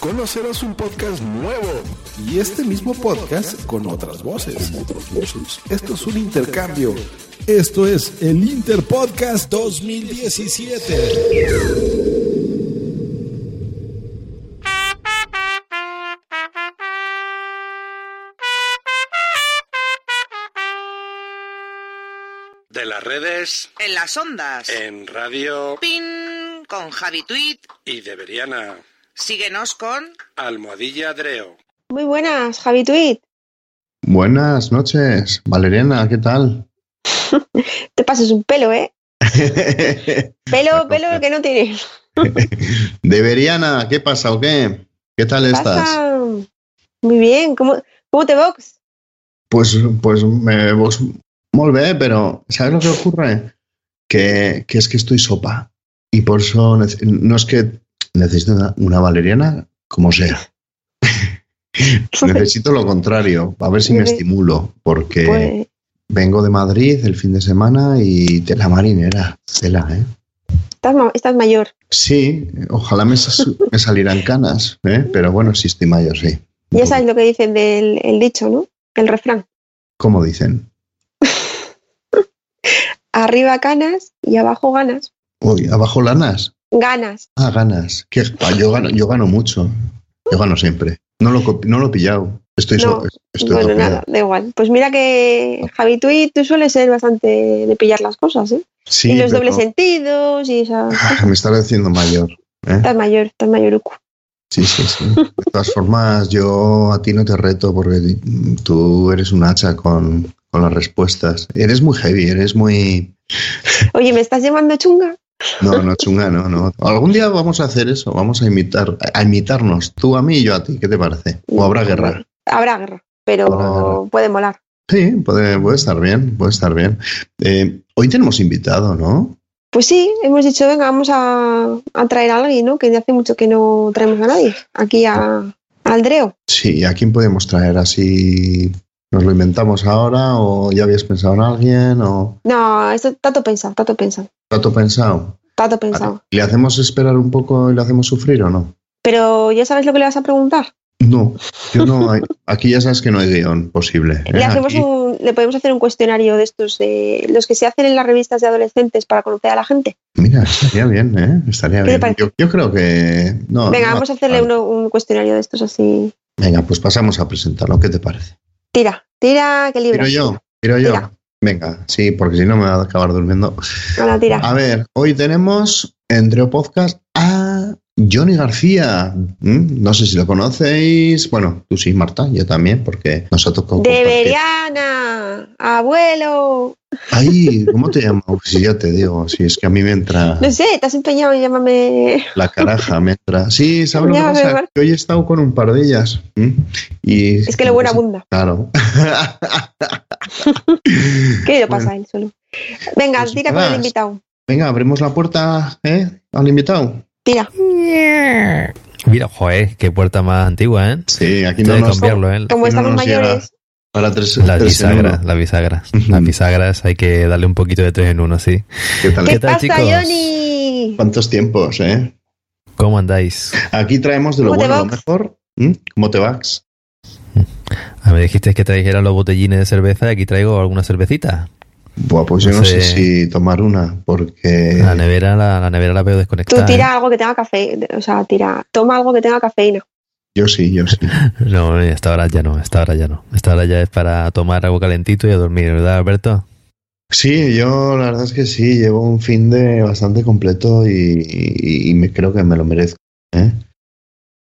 Conocerás un podcast nuevo y este mismo podcast con otras voces. Esto es un intercambio. Esto es el Interpodcast 2017. De las redes, En las ondas. en radio Pin con Javi Tweet. y de Veriana. Síguenos con Almohadilla Dreo. Muy buenas, Javi Tweet. Buenas noches, Valeriana, ¿qué tal? Te pasas un pelo, ¿eh? Pelo, pelo que no tienes. Deberiana, ¿qué pasa o qué? ¿Qué tal estás? Pasa. Muy bien, ¿cómo, cómo te vox? Pues, pues me vos molt bé, pero ¿sabes lo que ocurre? Que, que es que estoy sopa y por eso nece- no es que necesite una, una Valeriana como sea. Necesito lo contrario, a ver si me Debe- estimulo, porque Pues, vengo de Madrid el fin de semana y tela marinera, tela, ¿eh? estás, ma- estás mayor. Sí, ojalá me, sas- me salieran canas, ¿eh? pero bueno, sí estoy mayor, sí. Ya sabes lo que dicen del el dicho, ¿no? El refrán. ¿Cómo dicen? Arriba canas y abajo ganas. Uy, abajo lanas. Ganas. Ah, ganas. Qué- ah, yo, gano, yo gano mucho. Yo gano siempre. No lo, copi- no lo he pillado. Estoy, so- No, estoy bueno, dopado. nada, da igual. Pues mira que Javi Tweet, tú sueles ser bastante de pillar las cosas, ¿eh? Sí, y los pero- dobles sentidos y esa... Ah, me estás haciendo mayor. ¿eh? Estás mayor, estás mayoruco. Sí, sí, sí. De todas formas, yo a ti no te reto porque ti- tú eres un hacha con, con las respuestas. Eres muy heavy, eres muy... Oye, ¿me estás llamando chunga? No, no, chunga, no, no. Algún día vamos a hacer eso, vamos a imitar, a imitarnos, tú a mí y yo a ti, ¿qué te parece? O habrá guerra. Habrá guerra, pero Habrá guerra. puede molar. Sí, puede, puede estar bien, puede estar bien. Eh, hoy tenemos invitado, ¿no? Pues sí, hemos dicho, venga, vamos a, a traer a alguien, ¿no? Que de hace mucho que no traemos a nadie. Aquí a, a Aldreo. Sí, ¿a quién podemos traer así? ¿Nos lo inventamos ahora o ya habías pensado en alguien o No, esto tanto pensado, tanto pensado, rato pensado? tanto pensado. ¿Le hacemos esperar un poco y le hacemos sufrir o no? Pero ya sabes lo que le vas a preguntar. No, yo no. hay- Aquí ya sabes que no hay guión posible. ¿eh? Le, hacemos Aquí- un- le podemos hacer un cuestionario de estos, de los que se hacen en las revistas de adolescentes para conocer a la gente. Mira, estaría bien, ¿eh? Estaría ¿Qué te bien. parece? Yo, yo creo que. No, venga, no- vamos a hacerle uno- un cuestionario de estos así. Venga, pues pasamos a presentarlo. ¿Qué te parece? Tira, tira, que libro. Tiro yo, tiro yo. Tira. Venga, sí, porque si no me va a acabar durmiendo. Hala, tira. A ver, hoy tenemos entre podcast a Johnny García. ¿Mm? No sé si lo conocéis. Bueno, tú sí, Marta, yo también, porque nos ha tocado. compartir. Deberiana, abuelo. Ay, ¿cómo te llamas? Pues Si ya te digo, si es que a mí me entra No sé, te has empeñado en llamarme la caraja, me entra. Sí, ¿sabes lo que Ya, me pasa? mar- Que hoy he estado con un par de ellas. ¿Mm? Y Es que lo buena abunda. Claro. ¿Qué le Bueno. pasa a él solo? Venga, Pues tira con el nada. invitado. Venga, abrimos la puerta ¿eh? al invitado. Tira. Mira, joder, qué puerta más antigua, ¿eh? Sí, aquí no Tiene que nos cambiarlo, ¿eh? Como no estamos nos llega. mayores, Para tres, Las tres en bisagras, uno. las bisagras. Ujú. Las bisagras hay que darle un poquito de tres en uno, sí. ¿Qué tal? ¿qué, ¿Qué tal, pasa, chicos? Johnny? ¿Cuántos tiempos, eh? ¿Cómo andáis? Aquí traemos de lo ¿Cómo te bueno a lo vas? mejor. ¿Mm? ¿Cómo te vas? Ah, me dijiste que trajera los botellines de cerveza y aquí traigo alguna cervecita. Buah, pues yo no, sé. si tomar una, porque. La nevera la, la nevera la veo Tú desconectada. tira algo que tenga cafeína. O sea, tira. Toma algo que tenga cafeína. Yo sí, yo sí. ¿eh? No, hasta ahora ya no, hasta ahora ya no. Hasta ahora ya es para tomar algo calentito y a dormir, ¿verdad, Alberto? Sí, yo la verdad es que sí, llevo un fin de bastante completo y, y- y me creo que me lo merezco. ¿eh?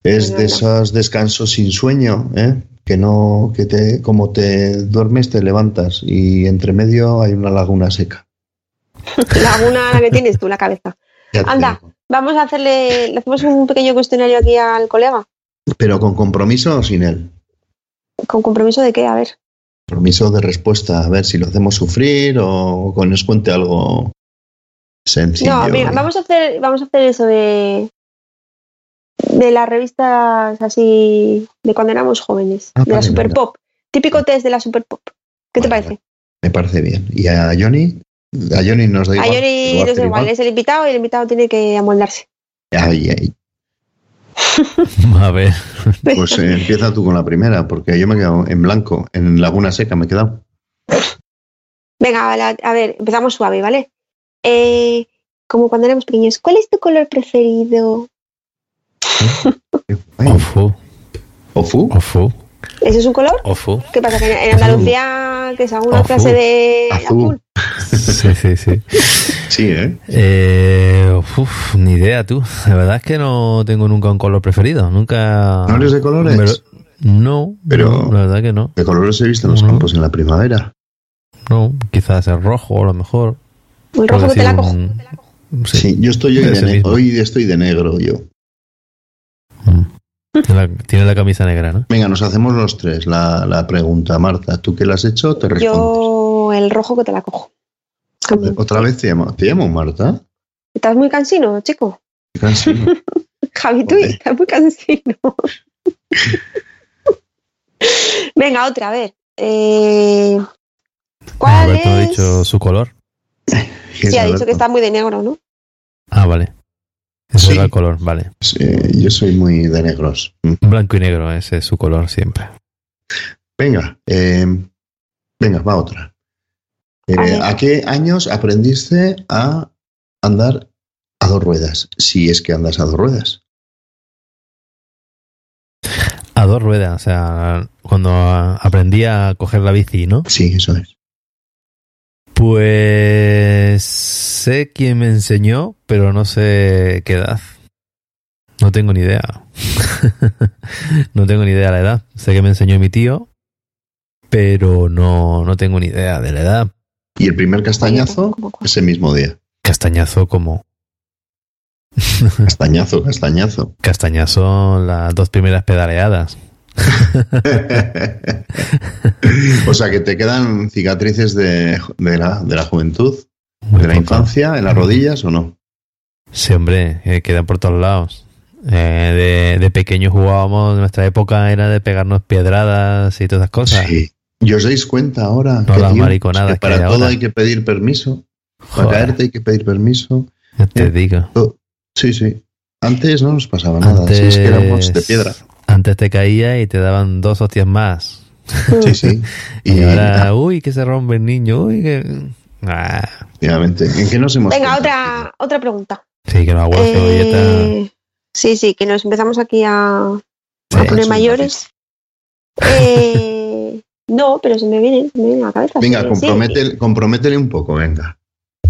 Es de esos descansos sin sueño, ¿eh? que no, que te, como te duermes te levantas y entre medio hay una laguna seca. Laguna la que tienes tú, la cabeza. Ya te Anda, vamos a hacerle. Le hacemos un pequeño cuestionario aquí al colega. digo. Pero con compromiso o sin él. ¿Con compromiso de qué? A ver. Compromiso de respuesta, a ver si lo hacemos sufrir o con nos cuente algo sencillo. no, mira, vamos a hacer, vamos a hacer eso de. De las revistas así. De cuando éramos jóvenes. Ah, de la vale, super venga. pop. Típico test de la super pop. ¿Qué te parece? Me parece bien. ¿Y a Johnny? A Johnny nos da A igual. Johnny no es pero igual, es el invitado y el invitado tiene que amoldarse. Ay, ay. A ver. Pues eh, empieza tú con la primera, porque yo me he quedado en blanco, en Laguna Seca me he quedado. Venga, vale, a, a ver, empezamos suave, ¿vale? Eh, como cuando éramos pequeños, ¿cuál es tu color preferido? Ofu, ¿Ofu? ofu, ¿Eso es un color? ofu. ¿Qué pasa? ¿Que en- en Azul. Andalucía que es alguna Azul. clase de azul? Sí, sí, sí. Sí, ¿eh? Eh, uf, ni idea, tú. La verdad es que no tengo nunca un color preferido. Nunca. ¿No eres de colores? me lo- No, Pero- no, la verdad que no. ¿Qué colores he visto en los campos en la primavera? No, quizás el rojo a lo mejor. El rojo Por no te la decir cojo. un- Sí, yo estoy hoy, Ese de ne- mismo. hoy estoy de negro yo. Tiene la, tiene la camisa negra, ¿no? Venga, nos hacemos los tres la, la pregunta, Marta. ¿Tú qué la has hecho? Te respondo. Yo el rojo que te la cojo. Como- Otra vez te llamo, te llamo Marta. Estás muy cansino, chico. Qué cansino. Javi, tú Joder. estás muy cansino. Venga, otra, a ver. Eh, ¿Cuál Alberto ha es? dicho su color. ¿Qué Sí, ha dicho Alberto? que está muy de negro, ¿no? Ah, vale. Ese Sí. era el color, vale. Sí, Pues, eh, yo soy muy de negros. Mm. Blanco y negro, ese es su color siempre. Venga, eh, venga, va otra. Eh, A ver. ¿A qué años aprendiste a andar a dos ruedas? Si es que andas a dos ruedas. A dos ruedas, o sea, cuando a- aprendí a coger la bici, ¿no? Sí, eso es. Pues sé quién me enseñó, pero no sé qué edad. No tengo ni idea. no tengo ni idea de la edad. Sé que me enseñó mi tío, pero no, no tengo ni idea de la edad. Y el primer castañazo Como cuál. ese mismo día. Castañazo como... Castañazo, castañazo. Castañazo las dos primeras pedaleadas. o sea que te quedan cicatrices de, de la, de la juventud, Muy de la poco. infancia, en las rodillas o no. Sí, hombre, eh, queda por todos lados. Eh, de, de pequeño jugábamos, nuestra época era de pegarnos piedradas y todas esas cosas. Sí. ¿Y os dais cuenta ahora? Todas las tío? mariconadas Es que para hay todo ahora. hay que pedir permiso. Para Joder, caerte hay que pedir permiso. ya te digo. Sí, sí. Antes no nos pasaba nada. Sí, es que éramos de piedra. Antes te caía y te daban dos hostias más. Sí, sí. Y, Y ahora, ah, uy, que se rompe el niño, uy, que. Ah, efectivamente. ¿En qué nos hemos Venga, convertido? otra, otra pregunta. sí, que no aguanto dieta. Eh, sí, sí, que nos empezamos aquí a, Sí. a poner mayores. Eh, no, pero se me viene, se me viene a la cabeza. Venga, sí, sí. comprométele, comprométele un poco, venga.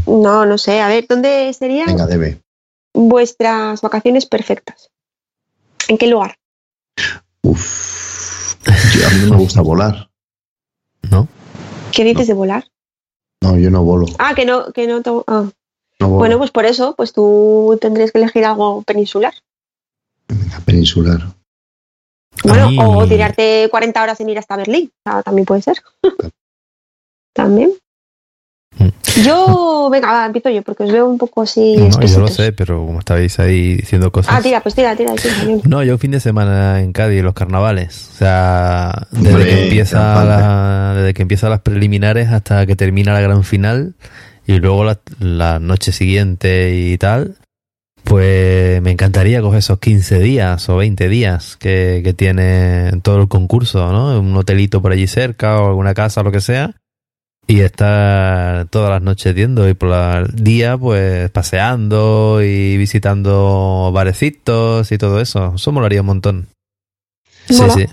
No, no sé. A ver, ¿dónde serían Venga, debe. vuestras vacaciones perfectas? ¿En qué lugar? Uf. Yo- a mí no me gusta volar. ¿No? ¿Qué dices de volar? No, yo no volo. Ah, que no, que no. to- ah. No volo. Bueno, pues por eso, pues tú tendrías que elegir algo peninsular. Venga, peninsular. Bueno, mí- o tirarte 40 horas sin ir hasta Berlín. Ah, También puede ser. También. Yo, venga, va, empiezo yo, porque os veo un poco así. Mm. No, yo lo espesitos. sé, pero como estabais ahí diciendo cosas. Ah, tira, pues tira, tira. tira, yo- No, yo un fin de semana en Cádiz, los carnavales. O sea, desde Hombre, que empieza gran la- desde que empiezan las preliminares hasta que termina la gran final y luego la, la noche siguiente y tal, pues me encantaría coger esos 15 días o 20 días que, que tiene todo el concurso, ¿no? Un hotelito por allí cerca o alguna casa o lo que sea y estar todas las noches yendo y por el día pues paseando y visitando barecitos y todo eso. Eso molaría un montón. Sí, sí.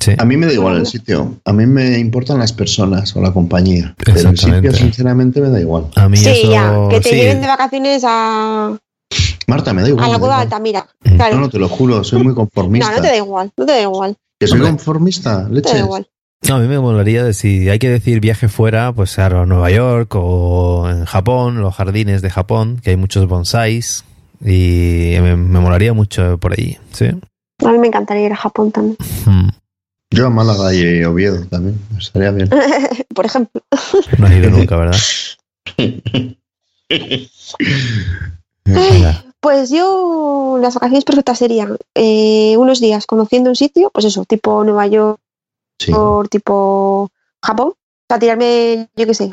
Sí. A mí me da igual el sitio. A mí me importan las personas o la compañía. Pero el Exactamente. sitio, sinceramente, me da igual. A mí Sí, eso- ya, que te sí. lleven de vacaciones a, Marta, me da igual. a la me da cueva de igual. Altamira. Mm. Claro. No, no, te lo juro, soy muy No, conformista. no te da igual, no te da igual, Que soy Hombre. conformista, no te da leches. igual. No, a mí me molaría de si hay que decir viaje fuera, pues claro, a Nueva York o en Japón, los jardines de Japón, que hay muchos bonsáis y me, me molaría mucho por allí, ¿sí? A mí me encantaría ir a Japón también. Hmm. Yo a Málaga y Oviedo también. Estaría bien. Por ejemplo. No has ido nunca, ¿verdad? Venga. Pues yo, las vacaciones perfectas serían eh, unos días conociendo un sitio, pues eso, tipo Nueva York, Sí. Oh, tipo Japón, para tirarme, yo qué sé,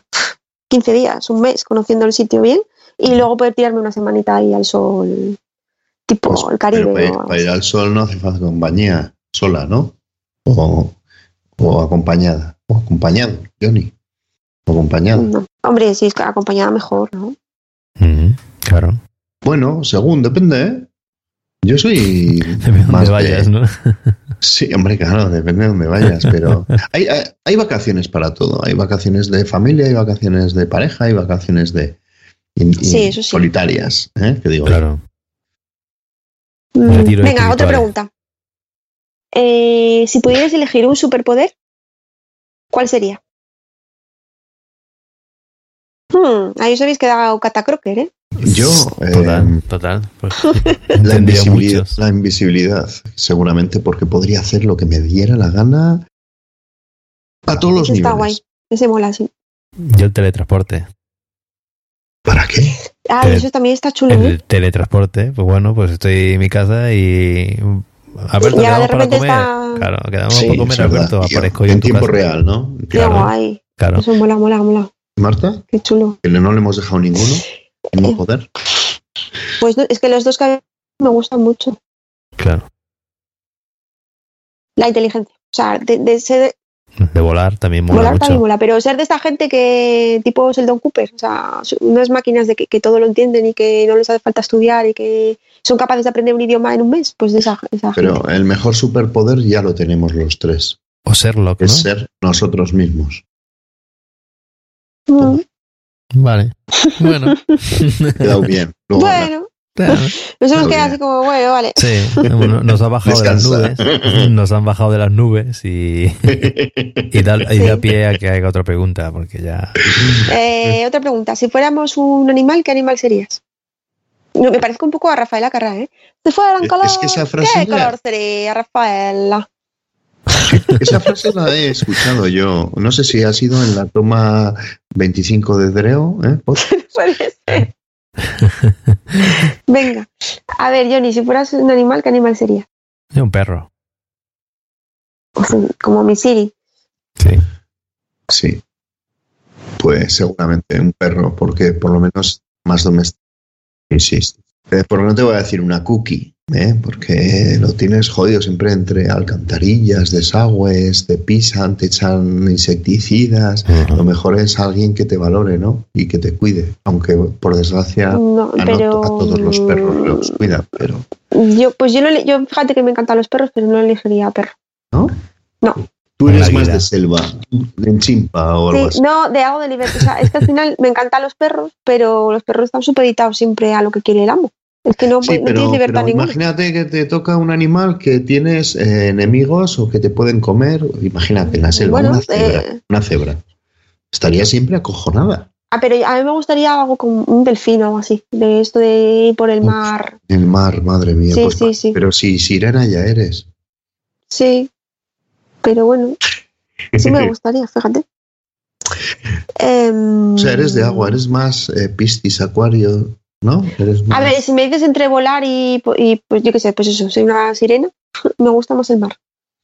15 días, un mes conociendo el sitio bien, Mm. y luego poder tirarme una semanita ahí al sol, tipo Pues, el Pero Caribe. para, o algo para así. ir al sol no hace falta compañía, sola, ¿no? O, o acompañada. O acompañado, Johnny. O acompañado. No. Hombre, si es que acompañada mejor, ¿no? Mm, claro. Bueno, según, depende, ¿eh? Yo soy. Depende de dónde más de- vayas, ¿no? Sí, hombre, claro, depende de dónde vayas, pero hay, hay, hay vacaciones para todo. Hay vacaciones de familia, hay vacaciones de pareja, hay vacaciones de y- y Sí, eso sí. solitarias, ¿eh? Que digo, Claro. Mm, Retiro Venga, otra espiritual. pregunta. Eh, si pudieras elegir un superpoder, ¿cuál sería? Hmm, ahí os habéis quedado catacroker, ¿eh? yo eh, Total, total. Pues, la, tendría invisibilidad, muchos. la invisibilidad, seguramente, porque podría hacer lo que me diera la gana a todos los Ese está niveles. guay. Ese mola, sí. Yo el teletransporte. ¿Para qué? Ah, Tele- eso también está chulo, ¿eh? El teletransporte, pues bueno, pues estoy en mi casa y... Alberto, Y ahora quedamos para de repente comer. está- Claro, quedamos Sí, para es comer, verdad, Alberto. tío. Aparezco yo en tu tiempo casa. real, ¿no? Qué claro. guay. Claro. Eso mola, mola, mola. Marta, Qué chulo. Eh, que no le hemos dejado ninguno, ningún poder. Pues no, es que los dos que me gustan mucho. Claro. La inteligencia. O sea, de, de ser, De volar también mola volar mucho. también mola, pero ser de esta gente que, tipo Sheldon Cooper, o sea, su- unas máquinas de que, que todo lo entienden y que no les hace falta estudiar y que son capaces de aprender un idioma en un mes, pues de esa, esa gente. Pero el mejor superpoder ya lo tenemos los tres, O Sherlock, que ¿no? es eh, ser nosotros mismos. Mm. Vale. Bueno. quedado bien. Luego habla. Bueno, nos hemos Muy quedado bien. así como, bueno, vale. Sí, bueno, nos ha bajado de Descansa. las nubes. Nos han bajado de las nubes y, y, da, y da pie a que haga otra pregunta, porque ya. Eh, otra pregunta, si fuéramos un animal, ¿qué animal serías? No, me parezco un poco a Rafaela Carrá, ¿eh? Si fuera un Es- color, es que esa ¿qué frase ya- color sería Rafaela? Esa frase la he escuchado yo. No sé si ha sido en la toma 25 de Dreo. ¿eh? Pues, Puede ser. Venga, a ver, Johnny, si fueras un animal, ¿qué animal sería? Es un perro. Pues, Como mi Siri. Sí. Sí. Pues seguramente un perro, porque por lo menos más doméstico. Insisto. Eh, Pero no te voy a decir una cookie, ¿eh? porque lo tienes jodido siempre entre alcantarillas, desagües, te pisan, te echan insecticidas. Lo mejor es alguien que te valore, ¿no? Y que te cuide. Aunque, por desgracia, No, a, Ah, no- pero a todos los perros los cuida, pero. Yo, pues yo, lo ele- yo fíjate que me encantan los perros, pero no elegiría perro. ¿No? No. Tú En la eres más vida. de selva, en chimpa o algo Sí, así. no, de algo de libertad. O sea, es que al final me encantan los perros, pero los perros están supeditados siempre a lo que quiere el amo. Es que no, Sí, no tienes pero libertad ninguna. imagínate que te toca un animal que tienes eh, enemigos o que te pueden comer. Imagínate, en la selva, Bueno, una, cebra, eh. una cebra. Estaría siempre acojonada Ah, pero a mí me gustaría algo como un delfín o algo así, de esto de ir por el Uf. mar. en el mar, madre mía. Sí, pues, sí, sí. Pero si sirena ya eres. Sí, pero bueno, sí me gustaría, fíjate. Em, o sea, eres de Mm. agua, eres más eh, piscis, acuario, ¿no? Eres Em, A más- ver, si me dices entre volar y, po- y, pues yo qué sé, pues eso, soy una sirena, me gusta más el mar.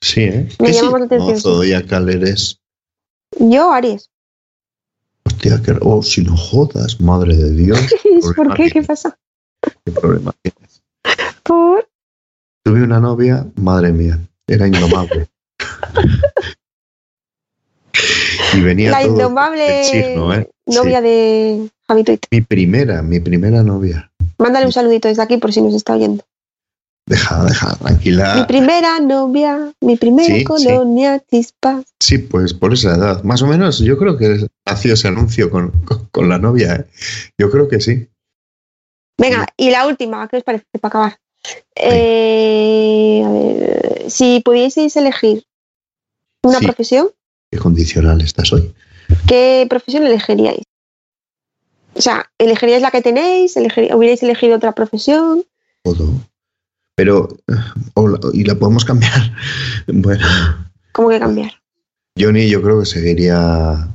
Sí, ¿eh? Me ¿Qué llama más signo la atención, sí. zodiacal eres? Yo, Aries. Hostia, que, oh, si no jodas, madre de Dios. ¿Por problema qué? ¿Qué tienes, pasa? qué problema tienes. ¿Por? Tuve una novia, madre mía, era indomable. Y venía La todo indomable el signo, ¿eh? novia de Javi Tweet. Mi primera, mi primera novia. Mándale un saludito desde aquí por si nos está oyendo. Deja, deja, Mi tranquila. primera novia, mi primera Sí, sí. colonia, chispa. Sí, pues por esa edad. Más o menos, yo creo que nació ese anuncio con, con, con la novia. ¿eh? Yo creo que sí. Venga, y la última, ¿qué os parece para acabar? Eh, a ver, si pudieseis elegir una Sí. profesión, Qué condicional estás hoy. ¿qué profesión elegiríais? O sea, ¿elegiríais la que tenéis? ¿Elegir- ¿Hubierais elegido otra profesión? Todo. Pero, eh, o la- y la podemos cambiar. Bueno, ¿Cómo que cambiar? Johnny, yo creo que seguiría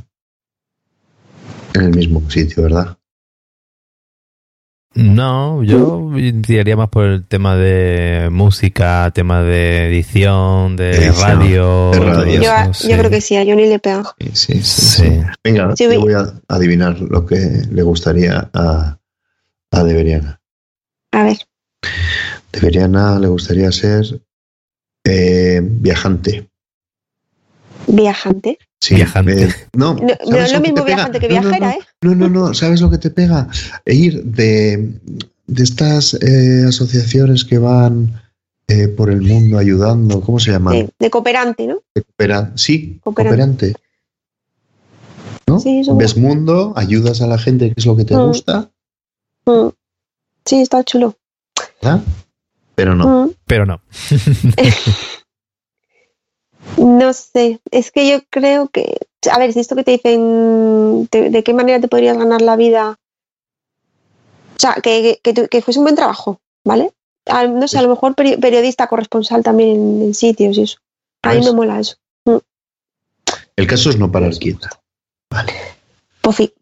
en el mismo sitio, ¿verdad? No, yo tiraría más por el tema de música, tema de edición, de Edición, radio. de todo radio. eso, Yo, a- sí. yo creo que sí, a Johnny le pega. Sí, sí, sí. Sí. sí. Venga, Sí, yo voy voy- a adivinar lo que le gustaría a, a Deberiana. A ver, Deberiana le gustaría ser eh, viajante. viajante. Sí, Viajante. eh, no, No, ¿sabes no es lo que mismo te pega? viajante que No, no, viajera, ¿eh? No, no, no, ¿sabes lo que te pega? E ir de, de estas eh, asociaciones que van eh, por el mundo ayudando, ¿cómo se llaman? De, de cooperante, ¿no? De coopera- sí, Cooperante. cooperante. ¿No? Sí, eso Ves mundo, ayudas a la gente, que es lo que te Mm. gusta, Mm. Sí, está chulo. ¿verdad? Pero no. Mm. Pero no. No sé, es que yo creo que, a ver, si esto que te dicen, te- ¿de qué manera te podrías ganar la vida? O sea, que, que, que tu- que fuese un buen trabajo, ¿vale? A- no sé, a lo mejor peri- periodista corresponsal también en, en sitios y eso. A mí ¿Ves? me mola eso. Pues Mm. El caso es no parar quieta. Pofi.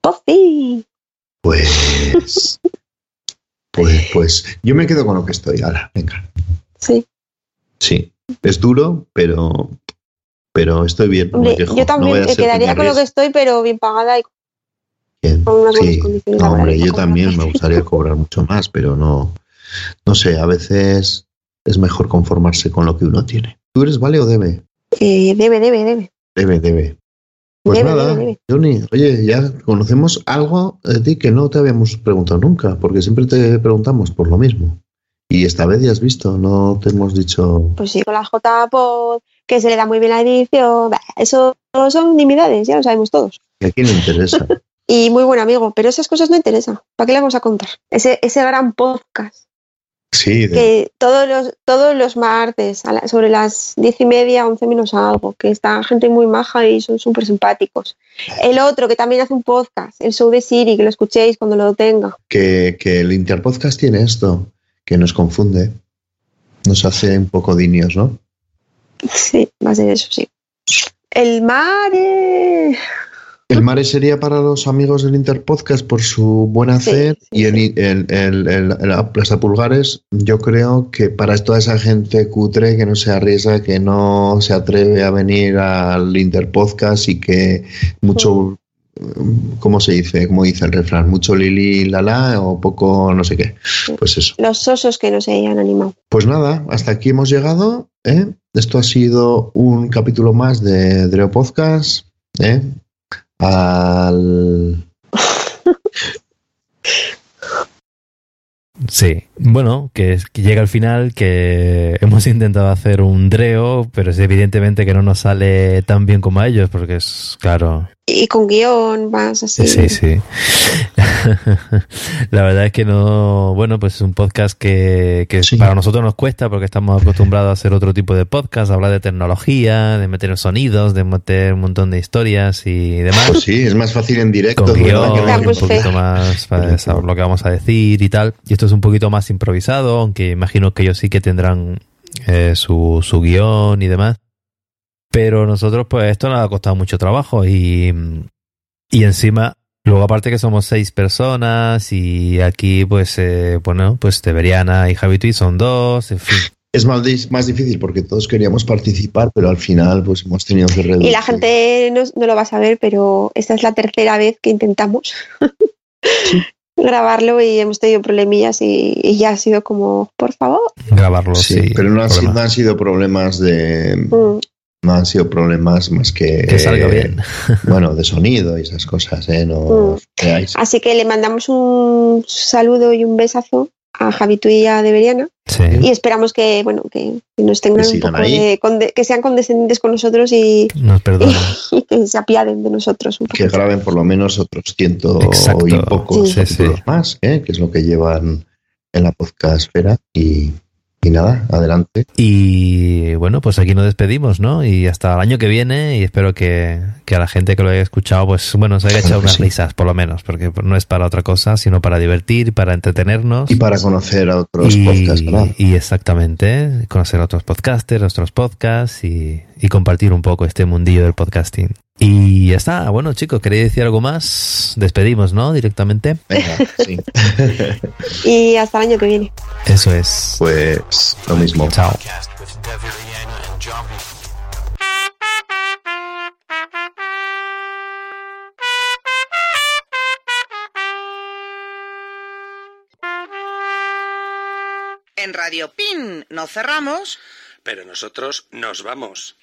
Pofi. Pues. Pues, pues, yo me quedo con lo que estoy ahora. Venga. Sí. Sí. Es duro, pero. Pero estoy bien. no me Hombre, quejo. yo No también voy a me ser quedaría como con lo que Riz, estoy, pero bien pagada y bien. con unas buenas Sí. condiciones No, hombre, laborales. yo también me gustaría cobrar mucho más, pero no. No sé, a veces es mejor conformarse con lo que uno tiene. ¿Tú eres vale o debe? Eh, debe, debe, debe. Debe, debe. Pues Debe, nada, debe, debe. Johnny, oye, ya conocemos algo de ti que no te habíamos preguntado nunca, porque siempre te preguntamos por lo mismo. Y esta vez ya has visto, no te hemos dicho. Pues sí, con la J-Pod, que se le da muy bien la edición. bah, Eso son nimiedades, ya lo sabemos todos. ¿A quién le interesa? Y muy buen amigo, pero esas cosas no interesan. ¿Para qué le vamos a contar? Ese, ese gran podcast Sí, de- que todos los, todos los martes a la- sobre las diez y media, once menos algo, que está gente muy maja y son súper simpáticos. El otro que también hace un podcast, el show de Siri, que lo escuchéis cuando lo tenga. que, que el Interpodcast tiene esto, que nos confunde, nos hace un poco dinios, ¿no? Sí, va a ser eso, sí. El mar. eh, El mare sería para los amigos del Interpodcast por su buen hacer sí, y el, el, el, el- el aplastapulgares, yo creo que para toda esa gente cutre que no se arriesga, que no se atreve a venir al Interpodcast y que mucho, eh, ¿cómo se dice? ¿Cómo dice el refrán? Mucho lili lala o poco no sé qué. Pues eso. Los sosos que no se hayan animado. Pues nada, hasta aquí hemos llegado. ¿eh? Esto ha sido un capítulo más de Dreo Podcast. ¿eh? Al... Sí, bueno, que, es- que llega al final, que hemos intentado hacer un dreo, pero es evidentemente que no nos sale tan bien como a ellos, porque es, claro, Y con guión, más así. sí, sí. La verdad es que no, bueno, pues es un podcast que, que Sí. para nosotros nos cuesta porque estamos acostumbrados a hacer otro tipo de podcast, hablar de tecnología, de meter sonidos, de meter un montón de historias y demás Pues sí, es más fácil en directo. con es verdad guión, que no hay Claro, un pues que- poquito más para saber lo que vamos a decir y tal. Y esto es un poquito más improvisado, aunque imagino que ellos sí que tendrán eh, su, su guión y demás. Pero nosotros, pues, esto nos ha costado mucho trabajo y, y encima, luego aparte que somos seis personas y aquí, pues, eh, bueno, pues Teberiana y Javi Tui son dos, en fin. Es más, dis- más difícil porque todos queríamos participar, pero al final pues hemos tenido que reducir. Y la gente no, no lo va a saber, pero esta es la tercera vez que intentamos grabarlo y hemos tenido problemillas y, y ya ha sido como, por favor. Grabarlo, Sí, Oh, sí. pero no han, sido, problema. no han sido problemas de, Mm. han sido problemas más que. Que salga bien. bueno, de sonido y esas cosas, ¿eh? No os creáis. Mm. Así que le mandamos un saludo y un besazo a Javitu y a Deberiana. Sí. Y esperamos que, bueno, que, que nos tengan Que un sigan poco ahí. de. conde- que sean condescendientes con nosotros y, Nos perdona. y que se apiaden de nosotros un poco. Que graben por lo menos otros ciento Exacto. y pocos Sí, sí. capítulos más, ¿eh? Que es lo que llevan en la podcastfera. Y, y nada, adelante. Y bueno, pues aquí nos despedimos, ¿no? Y hasta el año que viene y espero que, que a la gente que lo haya escuchado, pues bueno, se haya Claro echado que unas sí. risas, por lo menos, porque no es para otra cosa, sino para divertir, para entretenernos. Y para conocer a otros Y- podcasts, ¿verdad? y exactamente, conocer a otros podcasters, otros podcasts y, y compartir un poco este mundillo del podcasting. Y ya está, bueno chicos, ¿queréis decir algo más? Despedimos, ¿no? Directamente. Venga, sí. Y hasta el año que viene. Eso es. pues lo mismo. Chao. En Radio PIN no cerramos. Pero nosotros nos vamos.